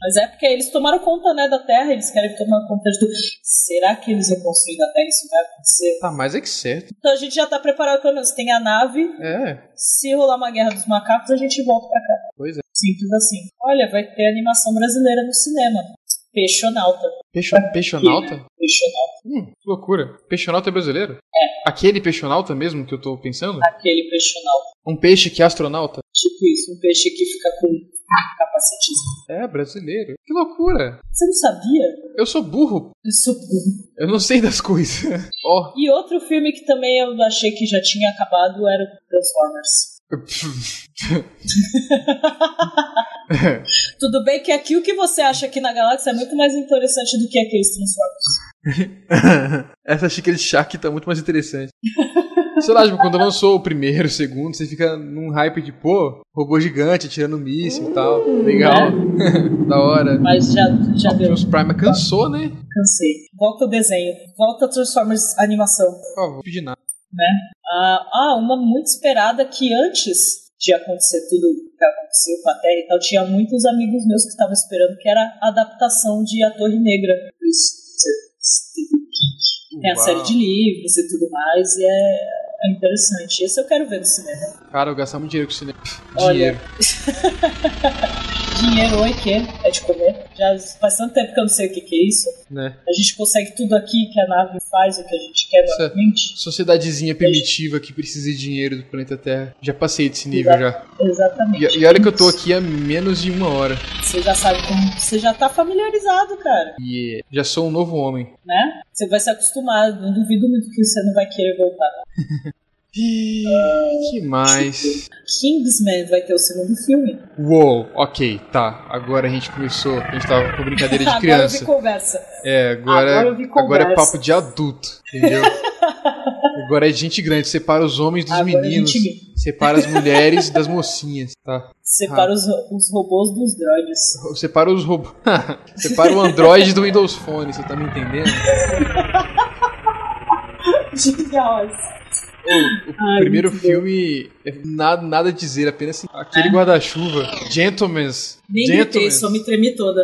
Mas é porque eles tomaram conta né, da Terra, eles querem tomar conta de tudo. Será que eles reconstruem a Terra? Isso vai acontecer? Tá mais é que certo. Então a gente já tá preparado pelo menos. Tem a nave, É, se rolar uma guerra dos macacos, a gente volta pra cá. pois é. Simples assim. Olha, vai ter animação brasileira no cinema. Peixonauta. Peixo, peixonauta? Peixonauta. Hum, que loucura. Peixonauta é brasileiro? É. Aquele peixonauta mesmo que eu tô pensando? Aquele peixonauta. Um peixe que é astronauta? Tipo isso, um peixe que fica com capacetismo. É, brasileiro. Que loucura. Você não sabia? Eu sou burro. Eu sou burro. Eu não sei das coisas. Ó. E outro filme que também eu achei que já tinha acabado era o Transformers. Tudo bem que aqui o que você acha aqui na galáxia é muito mais interessante do que aqueles Transformers. Essa xícara de chá aqui tá muito mais interessante. Sei lá, tipo, quando lançou o primeiro, o segundo, você fica num hype de, pô, robô gigante atirando míssil e tal. Hum. Legal. da hora. Mas já, já deu, Optimus Prime cansou, né? cansei. Volta o desenho. Volta Transformers animação. Por favor, não pedi nada. Ah, ah, uma muito esperada que antes de acontecer tudo que aconteceu com a Terra e tal, tinha muitos amigos meus que estavam esperando, que era a adaptação de A Torre Negra. do Stephen King. Tem É a Uau. série de livros e tudo mais, e é, é interessante. Esse eu quero ver no cinema. Cara, eu gastar muito dinheiro com cinema. Olha. Dinheiro. Dinheiro, oi, que é de comer. Já faz tanto tempo que eu não sei o que, que é isso. Né? A gente consegue tudo aqui que a nave faz, o que a gente quer Certo. novamente. Sociedadezinha primitiva que precisa de dinheiro do planeta Terra. Já passei desse nível já. Exatamente. E, e olha que eu tô aqui há menos de uma hora. Você já sabe como. Você já tá familiarizado, cara. E eh, já sou um novo homem. né? Você vai se acostumar, não duvido muito que você não vai querer voltar. Ih, que mais? Kingsman vai ter o segundo filme. Uou, ok, tá. Agora a gente começou. A gente tava com brincadeira de Agora eu vi criança. conversa. É, agora, Agora eu vi conversa. agora é papo de adulto, entendeu? agora é gente grande. Separa os homens dos Agora é meninos. gente Separa as mulheres das mocinhas, tá? Separa os, os robôs dos droids. Separa os robôs. Separa o Android do Windows Phone, você tá me entendendo? Genial. O, o Ai, primeiro muito bom. filme é nada, nada a dizer, apenas assim, aquele guarda-chuva. Gentlemans. Nem gritei, Gentlemans. só me tremi toda.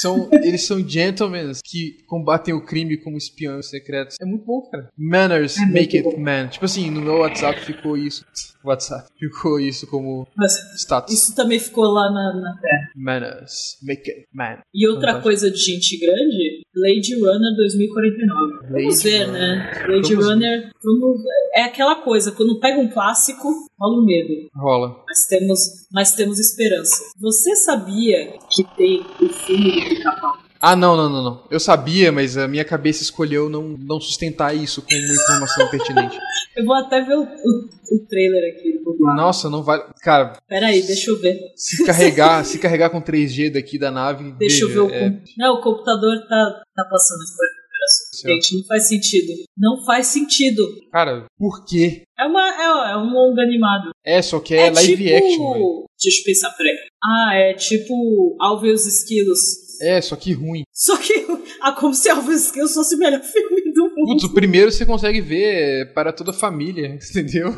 São, eles são gentlemans que combatem o crime como espiões secretos. É muito bom, cara. Manners É muito make it bom. man. Tipo assim, no meu WhatsApp ficou isso. WhatsApp. Ficou isso como Mas status. isso também ficou lá na, na terra. Manners make it man. E outra É, Fantástico. coisa de gente grande, Lady Runner 2049. Vamos Blade ver, Runner. né? Lady Vamos ver. Runner, vamos- é aquela coisa, quando pega um clássico, rola o medo. Rola. mas temos, mas temos esperança. Você sabia que tem o filme do Pica-Pau? Ah, não, não, não, não. Eu sabia, mas a minha cabeça escolheu não, não sustentar isso como uma informação pertinente. Eu vou até ver o, o, o trailer aqui. do lado. Nossa, não vale. Cara, Peraí, deixa eu ver. se carregar, se carregar com 3G daqui da nave. Deixa eu ver veja, o. é, com- Não, o computador tá, tá passando as coisas. Certo. Gente, não faz sentido. Não faz sentido. Cara, por quê? É, uma, é, ó, é um longo animado. É, só que é, live tipo action, velho. Deixa eu pensar, peraí. Ah, é tipo Alves e os Esquilos. É, só que ruim. Só que ah, como se Alves e os Esquilos fosse o melhor filme Então, Putz, o primeiro você consegue ver é, para toda a família, entendeu?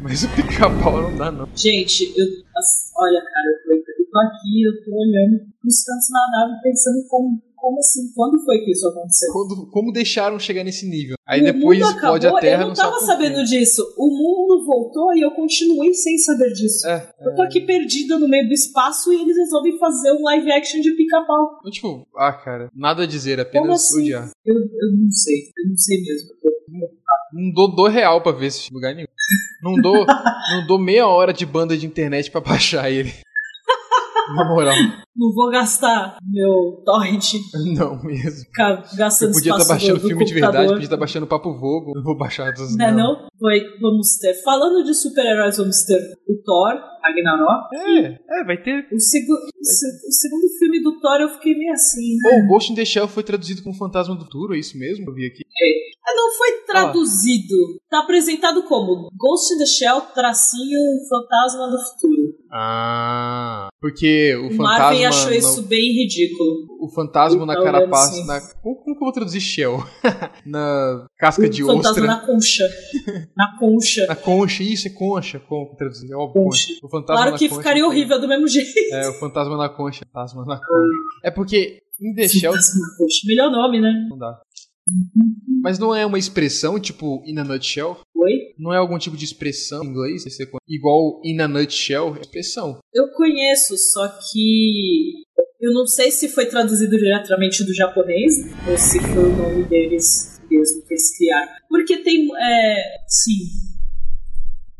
Mas o pica-pau não dá, não. Gente, eu. as- olha, cara, eu tô, eu tô aqui, eu tô olhando os cantos na nave pensando como, como assim, quando foi que isso aconteceu? Quando- como deixaram chegar nesse nível? Aí O depois mundo explode acabou, a Terra. Eu não sabe tava por quê. sabendo disso. O mundo voltou e eu continuei sem saber disso. É, Eu tô aqui perdida no meio do espaço e eles resolvem fazer um live action de pica-pau. então, tipo, ah, cara, nada a dizer, Como apenas assim? odiar. Eu, eu não sei, eu não sei mesmo. Não dou do real pra ver esse filme em lugar nenhum. Não dou, não dou meia hora de banda de internet pra baixar ele. Na moral, Não vou gastar meu torrent não mesmo. ficar Eu gastando podia estar espaço tá baixando do, do filme de computador. verdade, podia estar baixando Papo Vogo. Não vou baixar dos. Não é não? Foi, vamos ter. Falando de super-heróis, vamos ter o Thor, Ragnarok. É, é, vai ter O, segu- o se- o segundo filme do Thor eu fiquei meio assim. Pô, o Ghost in the Shell foi traduzido como Fantasma do Futuro, é isso mesmo? Eu vi aqui. Ah, Não foi traduzido. Tá apresentado como Ghost in the Shell, tracinho, fantasma do futuro. Ah. Porque o O Marvin fantasma. achou na- isso bem ridículo. O fantasma na Não, carapaça. deve ser. Na, como, como que eu vou traduzir Shell? na casca de o fantasma ostra. na concha. Na concha. Na concha, isso é concha. Como traduzir? É óbvio, Concha. concha. O fantasma claro na que concha. ficaria horrível do mesmo jeito. É, o fantasma na concha. Fantasma na concha. É porque in the Shell Fantasma na concha. Melhor nome, né? não dá. Mas não é uma expressão, tipo, in a nutshell? Oi? Não é algum tipo de expressão em inglês? Você conhece? Igual in a nutshell é expressão. Eu conheço, só que. Eu não sei se foi traduzido diretamente do japonês ou se foi o nome deles mesmo que eles criaram. Porque tem. É, sim.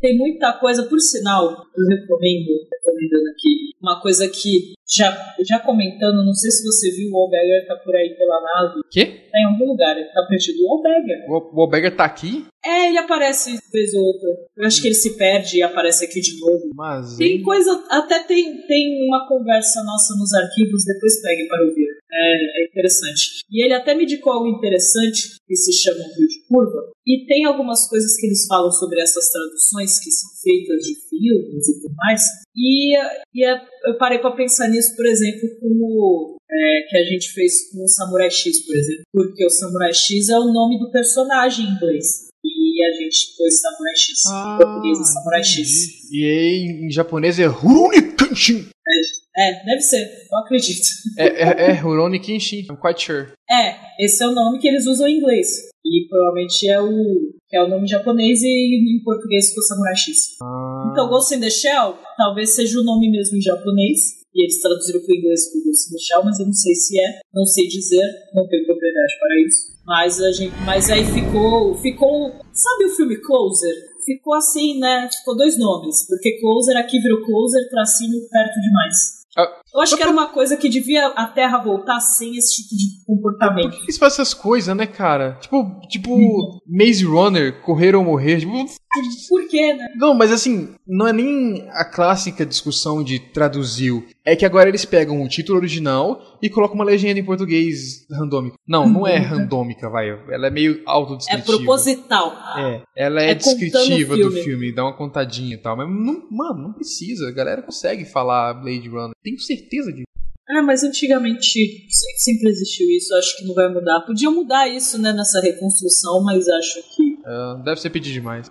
Tem muita coisa, por sinal, eu recomendo, recomendando aqui, uma coisa que já, já comentando, não sei se você viu, o Alberger tá por aí pela nave, Quê? tá em algum lugar, ele tá perdido. O Alberger. O o Alberga tá aqui? É, ele aparece vez ou outra. Eu acho que ele se perde e aparece aqui de novo. Mas. Tem hein? coisa, até tem, tem uma conversa nossa nos arquivos, depois pegue para ouvir. É, é interessante. E ele até me indicou algo interessante, que se chama um Rio de Curva, e tem algumas coisas que eles falam sobre essas traduções que são feitas de filmes e tudo mais. E, e é- eu parei para pensar nisso, por exemplo, como é, que a gente fez com o Samurai X, por exemplo, porque o Samurai X é o nome do personagem em inglês. E a gente pôs Samurai X. Ah, em português, é Samurai X. entendi. E aí, em japonês é Rurouni Kenshin. É, deve ser, eu acredito. É, é, é Rurouni Kenshin. I'm quite sure. É, esse é o nome que eles usam em inglês. E provavelmente é o, que é o nome japonês e em português ficou Samurai X. Ah, Então, Ghost in the Shell talvez seja o nome mesmo em japonês. E eles traduziram para o inglês por Ghost in the Shell, mas eu não sei se é, não sei dizer, não tenho propriedade para isso. Mas a gente, mas aí ficou, ficou, sabe o filme Closer? Ficou assim, né? Ficou dois nomes, porque Closer aqui virou Closer, tracinho perto demais. Ah. Eu acho que era uma coisa que devia a Terra voltar sem esse tipo de comportamento. Por que eles fazem essas coisas, né, cara? Tipo, tipo Maze Runner, Correr ou Morrer. Tipo, Por quê, né? não, mas assim, não é nem a clássica discussão de traduziu. É que agora eles pegam o título original e colocam uma legenda em português randômica. Não, não é randômica, vai. Ela é meio Uhum. É autodescritiva. proposital. É, ela é, É contando o descritiva do filme. filme, dá uma contadinha e tal, mas não, mano, não precisa, a galera consegue falar Blade Runner, tenho certeza disso. É, mas antigamente se- sempre existiu isso, acho que não vai mudar. Podia mudar isso, né, nessa reconstrução, mas acho que Ah, deve ser pedir demais.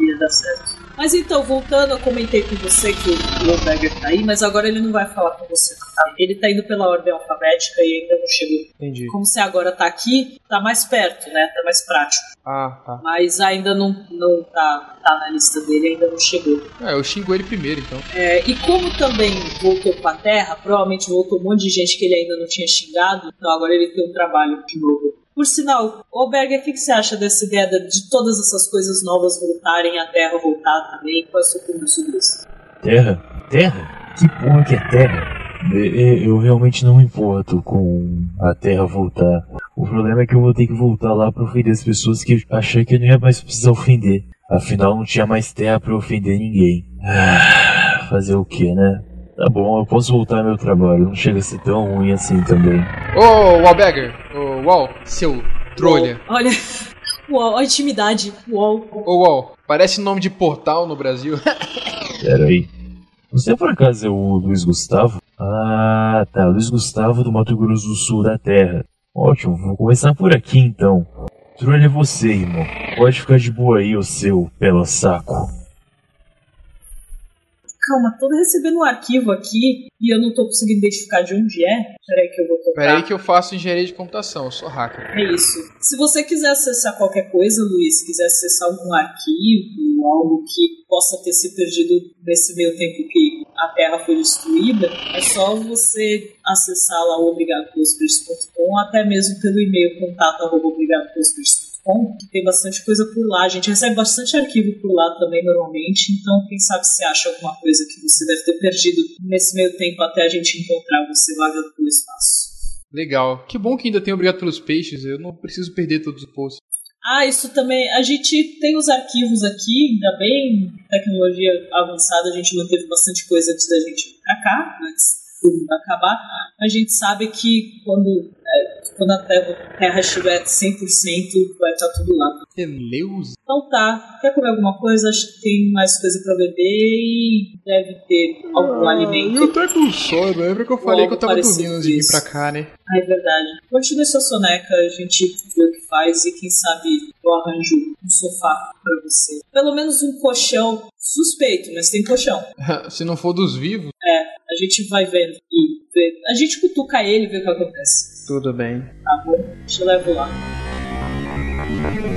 ia dar certo. Mas então, voltando, eu comentei com você que o Lomberger tá aí, mas agora ele não vai falar com você. tá? Ele tá indo pela ordem alfabética e ainda não chegou. Entendi. Como você agora tá aqui, tá mais perto, né, tá mais prático. Ah, tá. Mas ainda não, não tá, tá na lista dele, ainda não chegou. Ah, eu xingo ele primeiro, então. É, e como também voltou pra terra, provavelmente voltou um monte de gente que ele ainda não tinha xingado, então agora ele tem um trabalho de novo. Por sinal, ô Berger, o que, que você acha dessa ideia de, de todas essas coisas novas voltarem, a terra voltar também? Qual é a sua opinião sobre isso? Terra? Terra? Que porra que é terra? E- e- Eu realmente não me importo com a Terra voltar. O problema é que eu vou ter que voltar lá pra ofender as pessoas que eu achei que eu não ia mais precisar ofender. Afinal, não tinha mais terra pra ofender ninguém. Ah, Fazer o que, né? Tá bom, eu posso voltar ao meu trabalho. Não chega a ser tão ruim assim também. Ô, Wallbagger, ô, Wall, seu trolha. Olha, uau, a intimidade, uau. Ô, Wall, parece nome de portal no Brasil. Pera aí. Você por acaso é o Luiz Gustavo? Ah, tá. Luiz Gustavo do Mato Grosso do Sul da Terra. Ótimo, vou começar por aqui então. Trolha é você, irmão. Pode ficar de boa aí, ô seu pela saco. Calma, tô recebendo um arquivo aqui e eu não tô conseguindo identificar de onde é. Peraí que eu vou tocar. Peraí que eu faço engenharia de computação, eu sou hacker. É isso. Se você quiser acessar qualquer coisa, Luiz, quiser acessar algum arquivo, algo que possa ter se perdido nesse meio tempo que a Terra foi destruída, é só você acessar lá o obrigadopelospers.com, até mesmo pelo e-mail contato.obrigadopelospers.com, que tem bastante coisa por lá. A gente recebe bastante arquivo por lá também, normalmente, então quem sabe se acha alguma coisa que você deve ter perdido nesse meio tempo até a gente encontrar você vagando pelo espaço. Legal. Que bom que ainda tem obrigado pelos peixes, eu não preciso perder todos os posts. Ah, isso também. A gente tem os arquivos aqui, ainda bem, tecnologia avançada, a gente manteve bastante coisa antes da gente ir pra cá, antes do mundo acabar. A gente sabe que quando, é, quando a Terra, terra estiver 100%, vai estar tudo lá. Eleusa? Então tá, quer comer alguma coisa? Acho que tem mais coisa pra beber e deve ter algum alimento. Ah, Eu tô com sono, lembra que eu falei que eu tava Parecido dormindo antes de vir isso. pra cá, né? Ah, é verdade. Continue sua soneca, a gente vê o que faz e quem sabe eu arranjo um sofá pra você. Pelo menos um colchão. Suspeito, mas tem colchão. Se não for dos vivos, A gente vai vendo e vê. A gente cutuca ele e vê o que acontece. tudo bem. Tá bom? Te levo lá. Thank